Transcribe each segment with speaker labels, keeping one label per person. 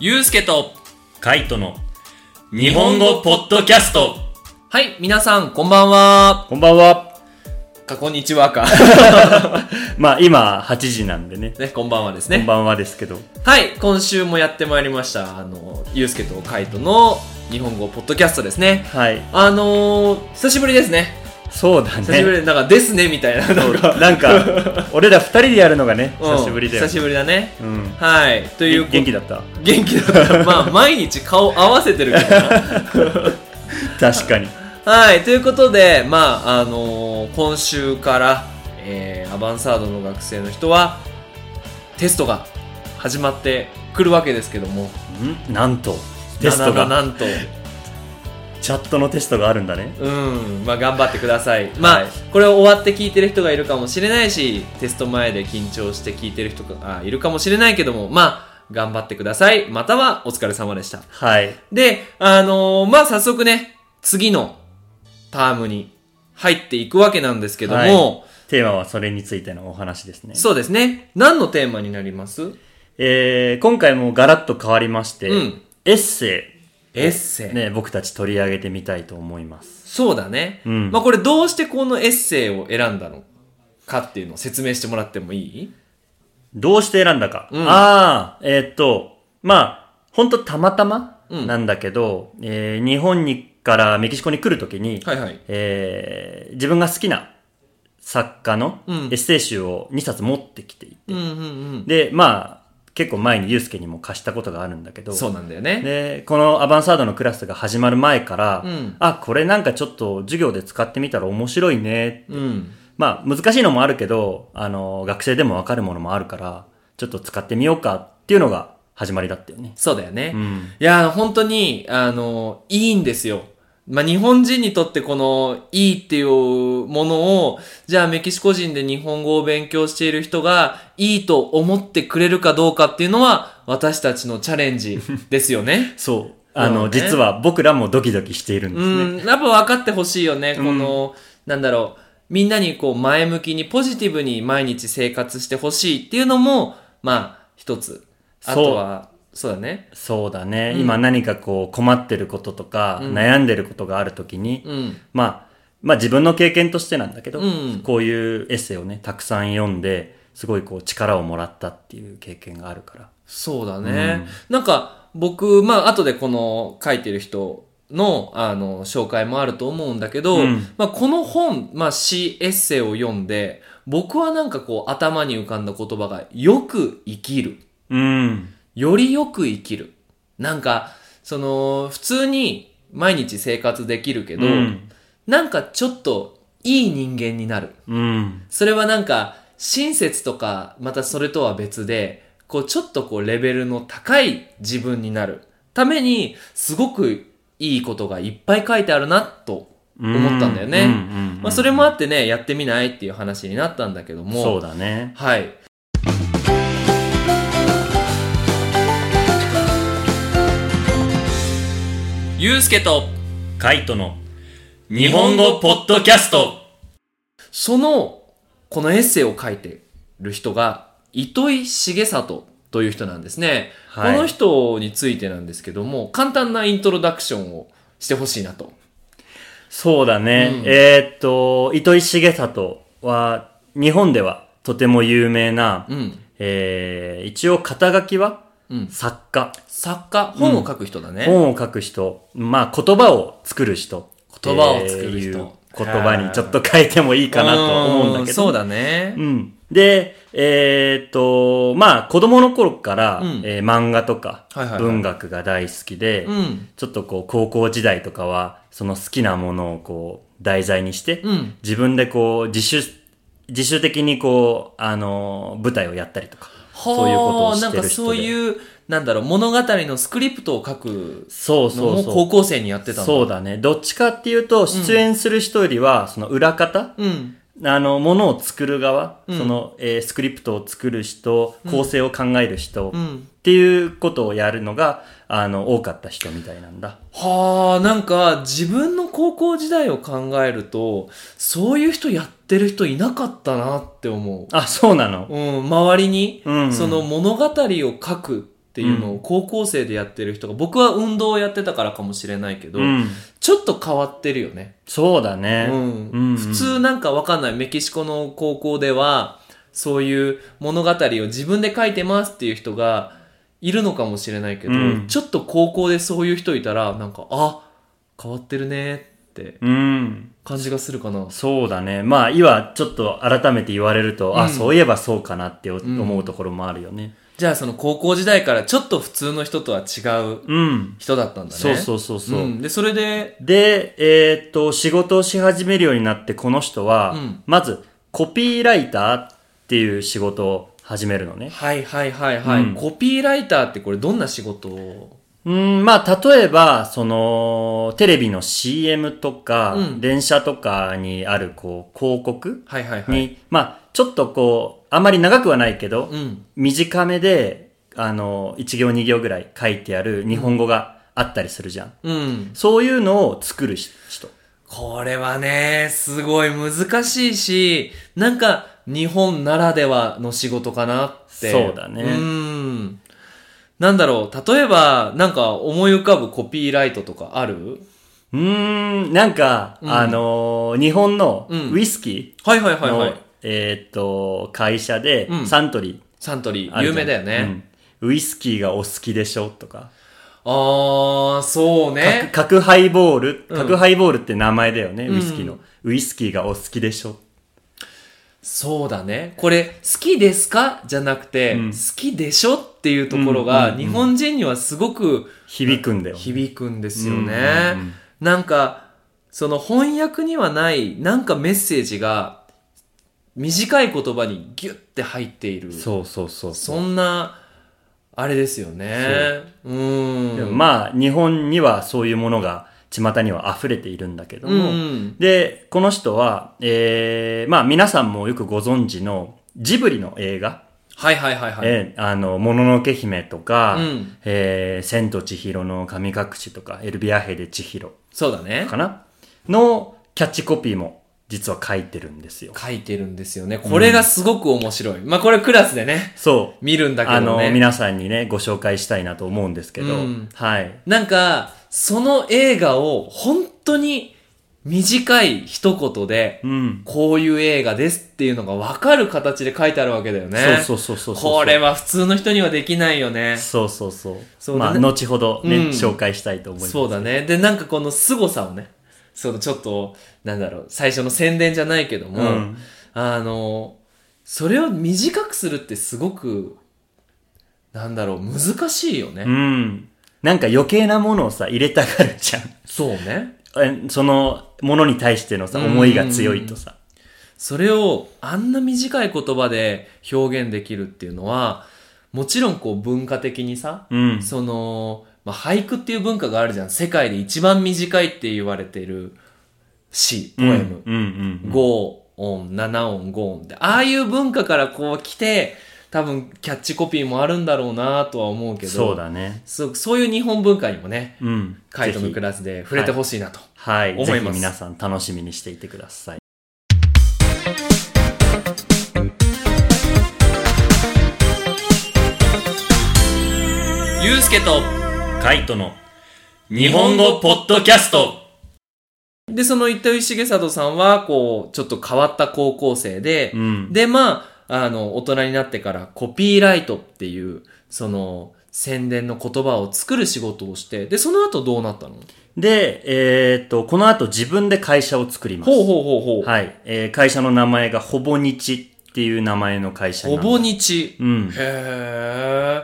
Speaker 1: ゆうすけと、
Speaker 2: カイトの日本語ポッドキャスト
Speaker 1: はい、皆さん、こんばんは。
Speaker 2: こんばんは。
Speaker 1: か、こんにちはか。
Speaker 2: まあ今8時なんでね。
Speaker 1: ね、こんばんはです
Speaker 2: こん
Speaker 1: ね。
Speaker 2: ばんはですけど。
Speaker 1: はい、今週もやってまいりました。あの、ゆうすけとカイトの日本語ポッドキャストですね。
Speaker 2: はい。
Speaker 1: あのー、久しぶりですね。
Speaker 2: そうだ
Speaker 1: 久しぶ
Speaker 2: ね。
Speaker 1: りで、なんか、ですね、みたいな。なんか、
Speaker 2: なんか、俺ら2人でやるのがね、久しぶりだ
Speaker 1: うん
Speaker 2: よ。
Speaker 1: 久しぶりだね。
Speaker 2: うん。
Speaker 1: はい、という
Speaker 2: 元気
Speaker 1: だ。
Speaker 2: だった。
Speaker 1: 元気だった。まあ、毎日顔合わせてるけどな。
Speaker 2: 確 かに。
Speaker 1: はい、ということで、まあ、あのー今週から、えーアバンサードの学生の人は、テストが始まってくるわけですけども、
Speaker 2: んなんと、テス
Speaker 1: なな
Speaker 2: トが、
Speaker 1: ななんと、
Speaker 2: チャットのテストがあるんだね。
Speaker 1: うん、まあ、頑張ってください。まあ、
Speaker 2: はい
Speaker 1: これを終わって聞いてる人がいるかもしれないし、テスト前で緊張して聞いてる人があいるかもしれないけども、まあ、頑張ってください。または、お疲れ様でした。
Speaker 2: はい。
Speaker 1: で、あのーまあ、早速ね、次のタームに入っていくわけなんですけども、
Speaker 2: はいテーマはそれについてのお話ですね。
Speaker 1: そうですね。何のテーマになります
Speaker 2: えー、今回もガラッと変わりまして、
Speaker 1: うん
Speaker 2: エッセ
Speaker 1: エッセイ。
Speaker 2: イ、ね、僕たち取り上げてみたいと思います。
Speaker 1: そうだね。
Speaker 2: うん
Speaker 1: まあこれどうしてこのエッセイを選んだのかっていうのを説明してもらってもいい
Speaker 2: どうして選んだか。
Speaker 1: うん
Speaker 2: ああ、えーっと、まあ、ほんとたまたま
Speaker 1: うん
Speaker 2: なんだけど、えー日本にからメキシコに来るときに、
Speaker 1: はいはい。
Speaker 2: えー自分が好きな作家の
Speaker 1: うん
Speaker 2: エッセイ集を2冊持ってきていて、
Speaker 1: うんうんうん。
Speaker 2: で、まあ、結構前にユうスケにも貸したことがあるんだけど、
Speaker 1: そうなんだよね。
Speaker 2: で、このアバンサードのクラスが始まる前から、
Speaker 1: うん
Speaker 2: あ、これなんかちょっと授業で使ってみたら面白いね。
Speaker 1: うん。
Speaker 2: まあ、難しいのもあるけど、あの、学生でもわかるものもあるから、ちょっと使ってみようかっていうのが始まりだったよね。
Speaker 1: そうだよね。
Speaker 2: うん。
Speaker 1: いやー、本当に、あの、いいんですよ。まあ、日本人にとってこの、いいっていうものを、じゃあメキシコ人で日本語を勉強している人が、いいと思ってくれるかどうかっていうのは、私たちのチャレンジですよ ね。
Speaker 2: そう。あ
Speaker 1: そ
Speaker 2: の、
Speaker 1: うね
Speaker 2: 実は僕らもドキドキしているんですね。
Speaker 1: うん、やっぱ分かってほしいよね、この、なんだろう、みんなにこう前向きにポジティブに毎日生活してほしいっていうのも、まあ、一つ。あとは、そうだね。
Speaker 2: そうだね、
Speaker 1: うん
Speaker 2: 今何かこう困ってることとか、
Speaker 1: うん
Speaker 2: 悩んでることがあるときに、
Speaker 1: うん。
Speaker 2: まあ、まあ自分の経験としてなんだけど、
Speaker 1: うん
Speaker 2: こういうエッセイをね、たくさん読んで、すごいこう力をもらったっていう経験があるから。
Speaker 1: そうだね。なんか、僕、まあ、後でこの書いてる人の、あの、紹介もあると思うんだけど、
Speaker 2: うん
Speaker 1: まあ、この本、まあ、詩、エッセイを読んで、僕はなんかこう、頭に浮かんだ言葉が、よく生きる。
Speaker 2: うん。
Speaker 1: よりよく生きる。なんか、その、普通に毎日生活できるけど、
Speaker 2: うん
Speaker 1: なんかちょっといい人間になる。
Speaker 2: うん。
Speaker 1: それはなんか、親切とか、またそれとは別で、こう、ちょっとこう、レベルの高い自分になるために、すごくいいことがいっぱい書いてあるな、と思ったんだよ
Speaker 2: うん
Speaker 1: ね。
Speaker 2: うんうん
Speaker 1: まあ、それもあってね、やってみないっていう話になったんだけども。
Speaker 2: そうだね。
Speaker 1: はい。ゆうすけと、
Speaker 2: カイトの
Speaker 1: 日本語ポッドキャストその、このエッセイを書いてる人が、糸井重里という人なんですね。
Speaker 2: はい
Speaker 1: この人についてなんですけども、簡単なイントロダクションをしてほしいなと。
Speaker 2: そうだね。
Speaker 1: うん
Speaker 2: えーっと、糸井重里は、日本ではとても有名な、
Speaker 1: うん。
Speaker 2: えー、一応肩書きは
Speaker 1: うん。
Speaker 2: 作家。
Speaker 1: 作家、本を書く人だね。
Speaker 2: 本を書く人、まあ言葉を作る人。
Speaker 1: 言葉を作る人
Speaker 2: っていう言葉にちょっと変えてもいいかなと思うんだけど。
Speaker 1: そうだね
Speaker 2: う。ん。で、えーっと、まあ子供の頃から、
Speaker 1: うん
Speaker 2: えー漫画とか
Speaker 1: はいはいはい
Speaker 2: 文学が大好きで、
Speaker 1: うん。
Speaker 2: ちょっとこう高校時代とかは、その好きなものをこう題材にして、
Speaker 1: うん。
Speaker 2: 自分でこう自主、自主的にこう、あの、舞台をやったりとか、そういうことをしてる人で
Speaker 1: なんかそういう、なんだろう、物語のスクリプトを書く
Speaker 2: そう
Speaker 1: の
Speaker 2: そう
Speaker 1: も
Speaker 2: そう。
Speaker 1: 高校生にやってたんだ。
Speaker 2: そうだね。どっちかっていうと、出演する人よりは、その裏方、
Speaker 1: うん。
Speaker 2: あの、ものを作る側、
Speaker 1: うん
Speaker 2: その、えースクリプトを作る人、構成を考える人、
Speaker 1: う
Speaker 2: っ
Speaker 1: ん。
Speaker 2: ていうことをやるのが、あの、多かった人みたいなんだ。
Speaker 1: はあ、なんか自分の高校時代を考えると、そういう人やってる人いなかったなって思う。
Speaker 2: あ、そうなの。
Speaker 1: うん、周りに、
Speaker 2: うん
Speaker 1: その物語を書くっっていうのを高校生でやってる人が、僕は運動をやってたからかもしれないけど、
Speaker 2: うん。
Speaker 1: ちょっと変わってるよね。
Speaker 2: そうだね。
Speaker 1: うん
Speaker 2: うんうん
Speaker 1: 普通なんかわかんないメキシコの高校ではそういう物語を自分で書いてますっていう人がいるのかもしれないけど、
Speaker 2: うん
Speaker 1: ちょっと高校でそういう人いたらなんかあ変わってるねって
Speaker 2: うん。
Speaker 1: 感じがするかな。
Speaker 2: そうだね。まあ、今、ちょっと改めて言われると、
Speaker 1: うん
Speaker 2: あ、そういえばそうかなってお
Speaker 1: ん
Speaker 2: 思うところもあるよね。
Speaker 1: じゃあその高校時代からちょっと普通の人とは違う
Speaker 2: うん。
Speaker 1: 人だったんだね。
Speaker 2: そうそうそうそう。
Speaker 1: んでそれで
Speaker 2: で、えーっと、仕事をし始めるようになって、この人は、
Speaker 1: うん
Speaker 2: まず、コピーライターっていう仕事を始めるのね。
Speaker 1: はいはいはいはい、
Speaker 2: うん
Speaker 1: コピーライターってこれどんな仕事を
Speaker 2: うん、まあ、例えば、その、テレビの CM とか、
Speaker 1: うん
Speaker 2: 電車とかにある、こう、広告
Speaker 1: はいはいは
Speaker 2: に、
Speaker 1: い。
Speaker 2: まあ、ちょっとこう、あまり長くはないけど、
Speaker 1: うん。
Speaker 2: 短めで、あの、1行2行ぐらい書いてある日本語があったりするじゃん。
Speaker 1: うん。
Speaker 2: そういうのを作る人。
Speaker 1: これはね、すごい難しいし、なんか日本ならではの仕事かなって。
Speaker 2: そうだね
Speaker 1: うん。なんだろう、例えば、なんか思い浮かぶコピーライトとかある
Speaker 2: うーん、なんか、
Speaker 1: うん
Speaker 2: あのー日本の
Speaker 1: うん
Speaker 2: ウイスキ
Speaker 1: はいはい
Speaker 2: ー
Speaker 1: はい
Speaker 2: の、
Speaker 1: はい。
Speaker 2: えーっと、会社で、
Speaker 1: うん
Speaker 2: サントリ
Speaker 1: サントリ
Speaker 2: ーあ
Speaker 1: ー、有
Speaker 2: るじゃ
Speaker 1: 名
Speaker 2: ん。
Speaker 1: だよね。
Speaker 2: うん、ウイスキーがお好きでしょとか。
Speaker 1: あー、そう
Speaker 2: 角
Speaker 1: ね。
Speaker 2: 角ハイボール、
Speaker 1: うん
Speaker 2: 角ハイボールって名前だよね、
Speaker 1: うん
Speaker 2: ウイスキーの。ウイスキーがお好きでしょ
Speaker 1: そうだね。これ、好きですかじゃなくて、
Speaker 2: うん
Speaker 1: 好きでしょっていうところ
Speaker 2: うん
Speaker 1: が、
Speaker 2: うん
Speaker 1: 日本人にはすごく
Speaker 2: 響くんだよ。
Speaker 1: 響くんですよね。
Speaker 2: うんうんうん
Speaker 1: なんか、その翻訳にはない、なんかメッセージが、短い言葉にギュッて入っている。
Speaker 2: そうそうそうそう。
Speaker 1: そんな、あれですよね。う
Speaker 2: でも
Speaker 1: ん。
Speaker 2: まあ、日本にはそういうものが、巷には溢れているんだけど
Speaker 1: うん
Speaker 2: も、
Speaker 1: うん。
Speaker 2: で、この人は、えー、まあ皆さんもよくご存知のジブリの映画、
Speaker 1: はいはいはいはい。
Speaker 2: えーあの、もののけ姫とか、
Speaker 1: うん
Speaker 2: えー千と千尋の神隠しとか、エルビアヘで千尋
Speaker 1: そうだね。
Speaker 2: かなのキャッチコピーも実は書いてるんですよ。
Speaker 1: 書いてるんですよね。これがすごく面白い。まあこれクラスでね、
Speaker 2: そう。
Speaker 1: 見るんだけ
Speaker 2: あ
Speaker 1: どね。
Speaker 2: の、皆さんにね、ご紹介したいなと思うんですけど、
Speaker 1: うん
Speaker 2: はい。
Speaker 1: なんか、その映画を本当に短い一言で
Speaker 2: うん。
Speaker 1: こういう映画ですっていうのが分かる形で書いてあるわけだよね。
Speaker 2: そうそうそうそうそう。
Speaker 1: これは普通の人にはできないよね。
Speaker 2: そうそうそう。
Speaker 1: そう
Speaker 2: まあ、
Speaker 1: ね
Speaker 2: 後ほどね、
Speaker 1: うん
Speaker 2: 紹介したいと思います。
Speaker 1: そうだね。で、なんかこの凄さをね、そのちょっと、なんだろう、最初の宣伝じゃないけども、
Speaker 2: うん
Speaker 1: あの、それを短くするってすごく、なんだろう、難しいよね。
Speaker 2: うん。なんか余計なものをさ、入れたがるじゃん
Speaker 1: そうね。
Speaker 2: え。そのものに対してのさ、
Speaker 1: うん
Speaker 2: 思いが強いとさ。
Speaker 1: それをあんな短い言葉で表現できるっていうのは、もちろんこう文化的にさ、
Speaker 2: うん。
Speaker 1: その、まあ、俳句っていう文化があるじゃん。世界で一番短いって言われている詩、ポエム。
Speaker 2: うんうんうん。
Speaker 1: 五音、七音、五音って。ああいう文化からこう来て、多分キャッチコピーもあるんだろうなとは思うけど。
Speaker 2: そうだね。
Speaker 1: そう。そういう日本文化にもね、
Speaker 2: うん。
Speaker 1: カイトの
Speaker 2: ぜひ
Speaker 1: クラスで触れてほしいなと。
Speaker 2: はい。
Speaker 1: 思い
Speaker 2: ぜ
Speaker 1: ま
Speaker 2: ひ
Speaker 1: す
Speaker 2: 皆さん楽しみにしていてください。
Speaker 1: ゆうすけと、
Speaker 2: カイトの
Speaker 1: 日
Speaker 2: 本語ポッドキャスト
Speaker 1: で、その一田重里さんは、こう、ちょっと変わった高校生で、
Speaker 2: うん。
Speaker 1: で、まあ、あの、大人になってからコピーライトっていう、その、宣伝の言葉を作る仕事をして、で、その後どうなったの
Speaker 2: で、えーっと、この後自分で会社を作ります。
Speaker 1: ほうほうほうほう。
Speaker 2: はい。えー会社の名前がほぼ日っていう名前の会社
Speaker 1: ほ
Speaker 2: になる
Speaker 1: ぼ日。
Speaker 2: うん。
Speaker 1: へえ。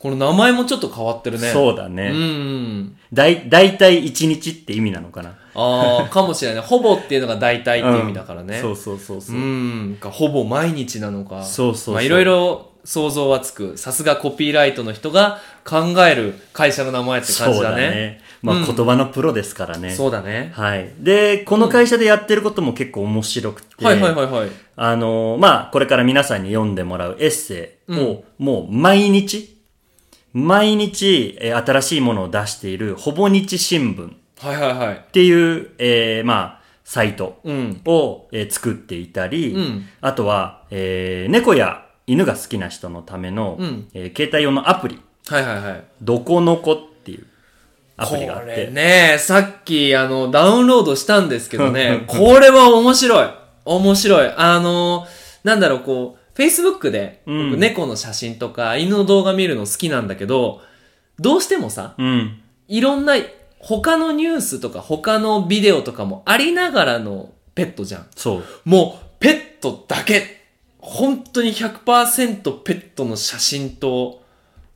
Speaker 1: この名前もちょっと変わってるね。
Speaker 2: そうだ
Speaker 1: う
Speaker 2: ね。
Speaker 1: ん。
Speaker 2: だい、だいたい1日って意味なのかな。
Speaker 1: あ あ、かもしれない。ほぼっていうのが大体って意味だからね。
Speaker 2: うんそうそうそうそうう。
Speaker 1: ん。かほぼ毎日なのか。
Speaker 2: そうそうそう
Speaker 1: まあ、いろいろ想像はつく。さすがコピーライトの人が考える会社の名前って感じ
Speaker 2: そう
Speaker 1: だ
Speaker 2: だ
Speaker 1: ね。
Speaker 2: ね。まあ、
Speaker 1: うん
Speaker 2: 言葉のプロですからね。
Speaker 1: そうだね。
Speaker 2: はい。で、この会社でやってることも結構面白くて、
Speaker 1: はいはいはいはい。
Speaker 2: あのーまあ、これから皆さんに読んでもらうエッセイを、もう毎日、毎日、えー新しいものを出している、ほぼ日新聞っ
Speaker 1: はいはいはい。
Speaker 2: ていう、えーまあ、サイト
Speaker 1: うん。
Speaker 2: を、えー作っていたり、
Speaker 1: うん
Speaker 2: あとは、えー猫や犬が好きな人のための、
Speaker 1: うん
Speaker 2: えー携帯用のアプリ
Speaker 1: はいはいはい。
Speaker 2: どこのこっていうアプリがあ
Speaker 1: こ
Speaker 2: っ
Speaker 1: れ
Speaker 2: て。
Speaker 1: ね、さっきあのダウンロードしたんですけど ね、これは面白い。面白い。あの、なんだろう、こう、Facebook で、
Speaker 2: うん
Speaker 1: 僕猫の写真とか犬の動画見るの好きなんだけど、どうしてもさ、
Speaker 2: うん。
Speaker 1: いろんな他のニュースとか他のビデオとかもありながらのペットじゃん。
Speaker 2: そう。
Speaker 1: もう、ペットだけ。本当に100%ペットの写真と、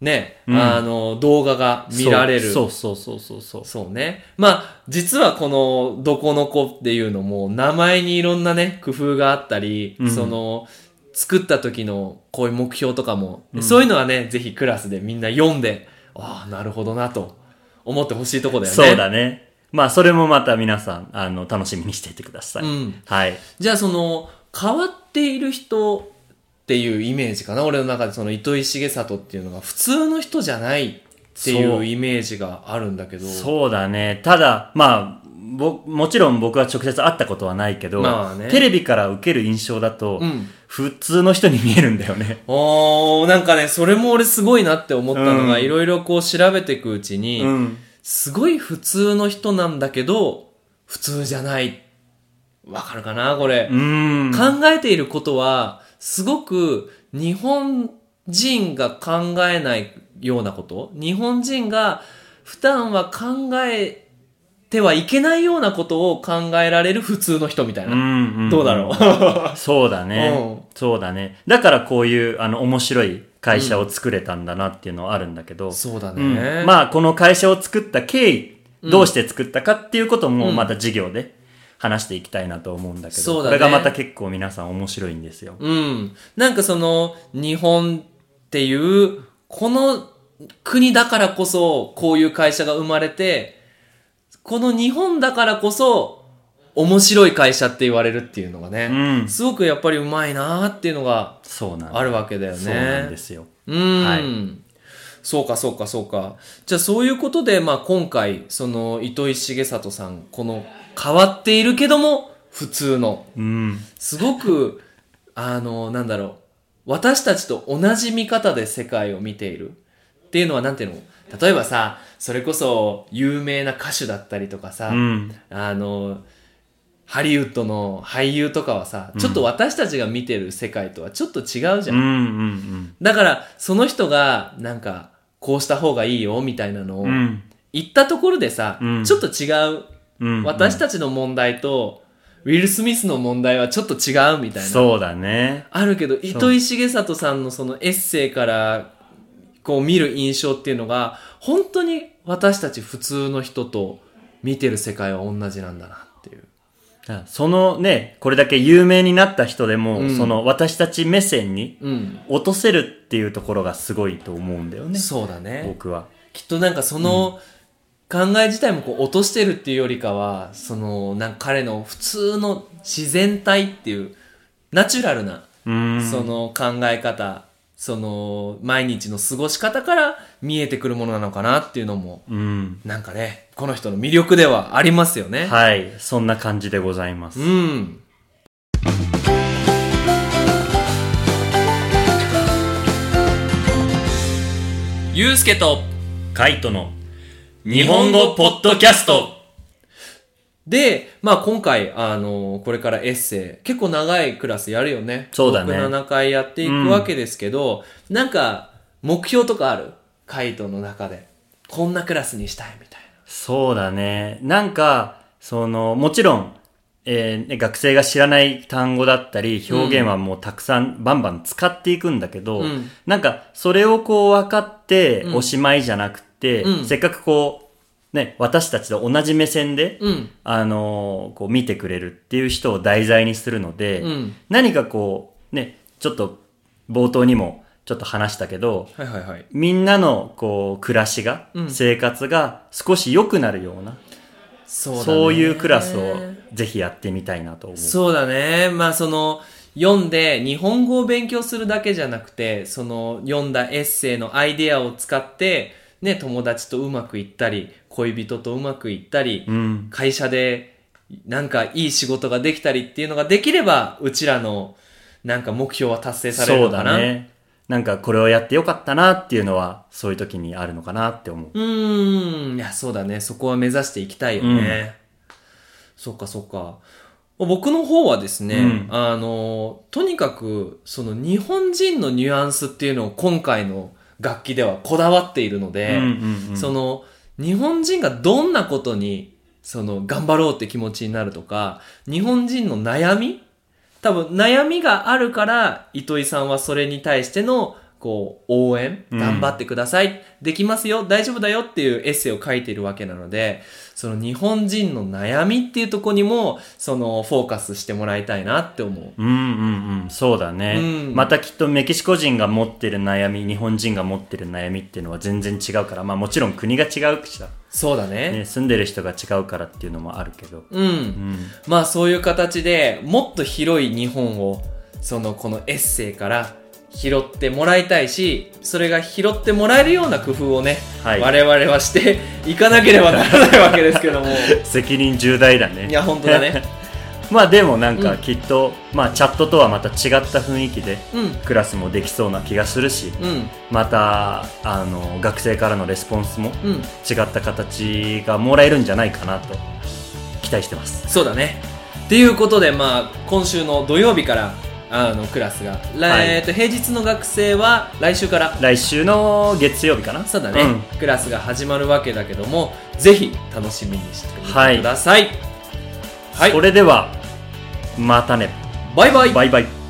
Speaker 1: ね、
Speaker 2: うん
Speaker 1: あの、動画が見られる。
Speaker 2: そうそうそうそうそう。
Speaker 1: そうね。まあ、実はこの、どこの子っていうのも、名前にいろんなね、工夫があったり、
Speaker 2: うん
Speaker 1: その、作った時のこういう目標とかも、そういうのはね、ぜひクラスでみんな読んで、ああ、なるほどなと、思ってほしいとこだよね。
Speaker 2: そうだね。まあ、それもまた皆さん、あの、楽しみにしていてください。
Speaker 1: うん
Speaker 2: はい。
Speaker 1: じゃあその、変わっている人っていうイメージかな。俺の中でその、糸井重里っていうのが、普通の人じゃないってい
Speaker 2: そうう
Speaker 1: イメージがあるんだけど。
Speaker 2: そうだね。ただ、まあ、ぼ、もちろん僕は直接会ったことはないけど、
Speaker 1: まあね
Speaker 2: テレビから受ける印象だと、
Speaker 1: うん
Speaker 2: 普通の人に見えるんだよね。
Speaker 1: おー、なんかね、それも俺すごいなって思ったのが、
Speaker 2: うん
Speaker 1: いろいろこう調べていくうちに、
Speaker 2: うん。
Speaker 1: すごい普通の人なんだけど、普通じゃない。わかるかなこれ、
Speaker 2: うん。
Speaker 1: 考えていることは、すごく日本人が考えないようなこと日本人が普段は考えてはいけないようなことを考えられる普通の人みたいな。
Speaker 2: んん
Speaker 1: どうだろう、
Speaker 2: そうだ
Speaker 1: う
Speaker 2: ね
Speaker 1: ん。
Speaker 2: そうだね。だからこういう、あの、面白い会社を作れたんだなっていうのはあるんだけど。
Speaker 1: そうだ
Speaker 2: うん
Speaker 1: ね。
Speaker 2: まあ、この会社を作った経緯、どうして作ったかっていうことも、また授業で話していきたいなと思うんだけど。
Speaker 1: そうだね
Speaker 2: これがまた結構皆さん面白いんですよ。
Speaker 1: うん。なんかその、日本っていう、この国だからこそ、こういう会社が生まれて、この日本だからこそ、面白い会社って言われるっていうのが
Speaker 2: う
Speaker 1: ね、
Speaker 2: ん。
Speaker 1: すごくやっぱりうまいなーっていうのが
Speaker 2: そうなんだ
Speaker 1: あるわけだよね。
Speaker 2: そうなんですよ。
Speaker 1: うん、
Speaker 2: はい
Speaker 1: そうかそうかそうか。じゃあそういうことで、まあ今回、その、糸井重里さん、この、変わっているけども、普通の
Speaker 2: うん。
Speaker 1: すごく、あの、なんだろう。私たちと同じ見方で世界を見ている。っていうのは、なんていうの例えばさ、それこそ、有名な歌手だったりとかさ、
Speaker 2: うん。
Speaker 1: あの、ハリウッドの俳優とかはさ、ちょっと私たちが見てる世界とはちょっと違うじゃん
Speaker 2: うん。うん。
Speaker 1: だから、その人が、なんか、こうした方がいいよ、みたいなのを、
Speaker 2: うん。
Speaker 1: 言ったところでさ、
Speaker 2: うん
Speaker 1: ちょっと違う
Speaker 2: うん。
Speaker 1: 私たちの問題と、ウィル・スミスの問題はちょっと違うみたいな。
Speaker 2: そうだね。
Speaker 1: あるけど、糸井重里さんのそのエッセイから、こう見る印象っていうのが、本当に私たち普通の人と見てる世界は同じなんだなっていう。
Speaker 2: だからそのね、これだけ有名になった人でも、
Speaker 1: うん
Speaker 2: その私たち目線に
Speaker 1: うん。
Speaker 2: 落とせるっていうところがすごいと思うんだよね。
Speaker 1: そうだね。
Speaker 2: 僕は。
Speaker 1: きっとなんかその考え自体もこう落としてるっていうよりかは、その、なんか彼の普通の自然体っていう、ナチュラルな
Speaker 2: うん。
Speaker 1: その考え方、その毎日の過ごし方から見えてくるものなのかなっていうのも、
Speaker 2: うん。
Speaker 1: なんかね、この人の魅力ではありますよね。
Speaker 2: はい。そんな感じでございます。
Speaker 1: うん。ゆうすけと、
Speaker 2: カイトの
Speaker 1: 日
Speaker 2: 日
Speaker 1: 本
Speaker 2: 本
Speaker 1: 語
Speaker 2: 語
Speaker 1: ポ
Speaker 2: ポ
Speaker 1: ッ
Speaker 2: ッ
Speaker 1: ド
Speaker 2: ド
Speaker 1: キ
Speaker 2: キ
Speaker 1: ャ
Speaker 2: ャ
Speaker 1: ス
Speaker 2: ス
Speaker 1: ト
Speaker 2: ト
Speaker 1: で、まあ今回、あのこれからエッセイ、結構長いクラスやるよね。
Speaker 2: そうだね
Speaker 1: 6、7回やっていくわけですけど、なんか、目標とかあるカイトの中で。こんなクラスにしたいみたい
Speaker 2: そうだね。なんか、その、もちろん、えーね学生が知らない単語だったり、表現はもうたくさんバンバン使っていくんだけど、
Speaker 1: うん
Speaker 2: なんか、それをこう分かって、おしまいじゃなくて、
Speaker 1: うん
Speaker 2: せっかくこう、ね、私たちと同じ目線で、
Speaker 1: な。うん。
Speaker 2: あのーこう見てくれるっていう人を題材にするので、
Speaker 1: うん
Speaker 2: 何かこう、ね、ちょっと冒頭にもちょっと話したけど、
Speaker 1: はいはいはい。
Speaker 2: みんなのこう暮らしが、
Speaker 1: うん
Speaker 2: 生活が少し良くなるような、
Speaker 1: そうだね。
Speaker 2: そういうクラスをぜひやってみたいなと思う。
Speaker 1: そうだね。まあその、読んで日本語を勉強するだけじゃなくて、その読んだエッセイのアイデアを使って、ね、友達とうまくいったり、恋人とうまくいったり、
Speaker 2: うん。
Speaker 1: 会社でなんかいい仕事ができたりっていうのができれば、うちらのなんか目標は達成される
Speaker 2: そ
Speaker 1: の
Speaker 2: う
Speaker 1: か
Speaker 2: だ
Speaker 1: な。
Speaker 2: ね。なんかこれをやってよかったなっていうのは、そういう時にあるのかなって思
Speaker 1: う
Speaker 2: う。
Speaker 1: ーん、いや、そうだね。そこは目指していきたいよね。そっかそっか。僕の方はですね、
Speaker 2: うん
Speaker 1: あの、とにかく、その日本人のニュアンスっていうのを今回の楽器ではこだわっているので、
Speaker 2: うんうんうん
Speaker 1: その、日本人がどんなことに、その、頑張ろうって気持ちになるとか、日本人の悩み多分、悩みがあるから、糸井さんはそれに対しての、こう、応援、
Speaker 2: うん
Speaker 1: 頑張ってください、できますよ、大丈夫だよっていうエッセイを書いているわけなので、その日本人の悩みっていうところにも、その、フォーカスしてもらいたいなって思う。
Speaker 2: うんうんうん、そうだね、
Speaker 1: うん
Speaker 2: またきっとメキシコ人が持ってる悩み、日本人が持ってる悩みっていうのは全然違うから、まあもちろん国が違うしだ、
Speaker 1: そうだね。
Speaker 2: ね、住んでる人が違うからっていうのもあるけど。
Speaker 1: うん。
Speaker 2: うん。
Speaker 1: まあそういう形でもっと広い日本をそのこのエッセイから拾ってもらいたいしそれが拾ってもらえるような工夫をね、
Speaker 2: はい
Speaker 1: 我々はしていかなければならないわけですけど も
Speaker 2: 責任重大だね。
Speaker 1: いや本当だね
Speaker 2: まあでもなんか
Speaker 1: うん
Speaker 2: きっと、まあチャットとはまた違った雰囲気で、
Speaker 1: うん
Speaker 2: クラスもできそうな気がするし、
Speaker 1: うん
Speaker 2: また、あの、学生からのレスポンスも
Speaker 1: うん
Speaker 2: 違った形がもらえるんじゃないかなと、期待してます。
Speaker 1: そうだねっていうことでまあ今週の土曜日からあのクラスが、
Speaker 2: はい
Speaker 1: えーと平日の学生は来週から
Speaker 2: 来週の月曜日かな
Speaker 1: そうだね、
Speaker 2: ん
Speaker 1: クラスが始まるわけだけどもぜひ楽しみにしてみて
Speaker 2: はい
Speaker 1: ください、はい
Speaker 2: それではまたね
Speaker 1: バイバイ
Speaker 2: バイバイ